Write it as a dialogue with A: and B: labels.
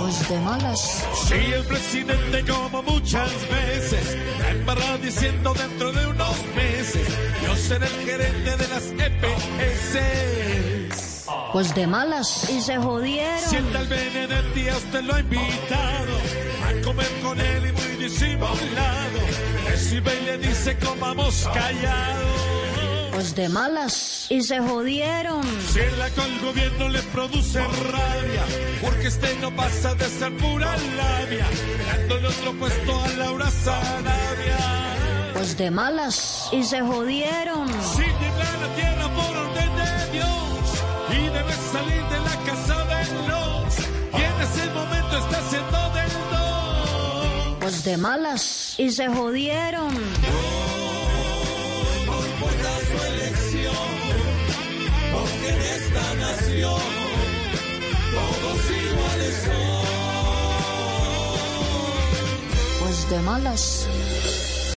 A: Pues de malas.
B: Si el presidente como muchas veces la embarra diciendo dentro de unos meses yo seré el gerente de las E EPS.
A: Pues de malas.
C: Y se jodieron.
B: Si el tal Benedetti a usted lo ha invitado a comer con él y muy disimulado, recibe y le dice comamos callados.
A: Pues de malas.
C: Y se jodieron.
B: Si el actual gobierno les produce rabia, porque este no pasa de ser pura labia, dándole otro puesto a Laura Sarabia.
A: Pues de malas.
C: Y se jodieron.
B: Si tiembla la tierra por orden de Dios, y debes salir de la casa de los, y en ese momento está siendo del dos.
A: Pues de malas.
C: Y se jodieron.
A: Pues de malas.